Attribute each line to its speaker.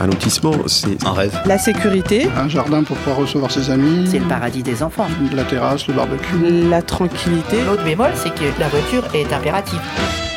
Speaker 1: un lotissement, c'est un rêve.
Speaker 2: La sécurité,
Speaker 3: Un jardin pour pouvoir recevoir ses amis.
Speaker 4: C'est le paradis des enfants.
Speaker 3: La terrasse, le barbecue.
Speaker 2: la tranquillité.
Speaker 4: L'autre bémol, c'est que la voiture est impérative.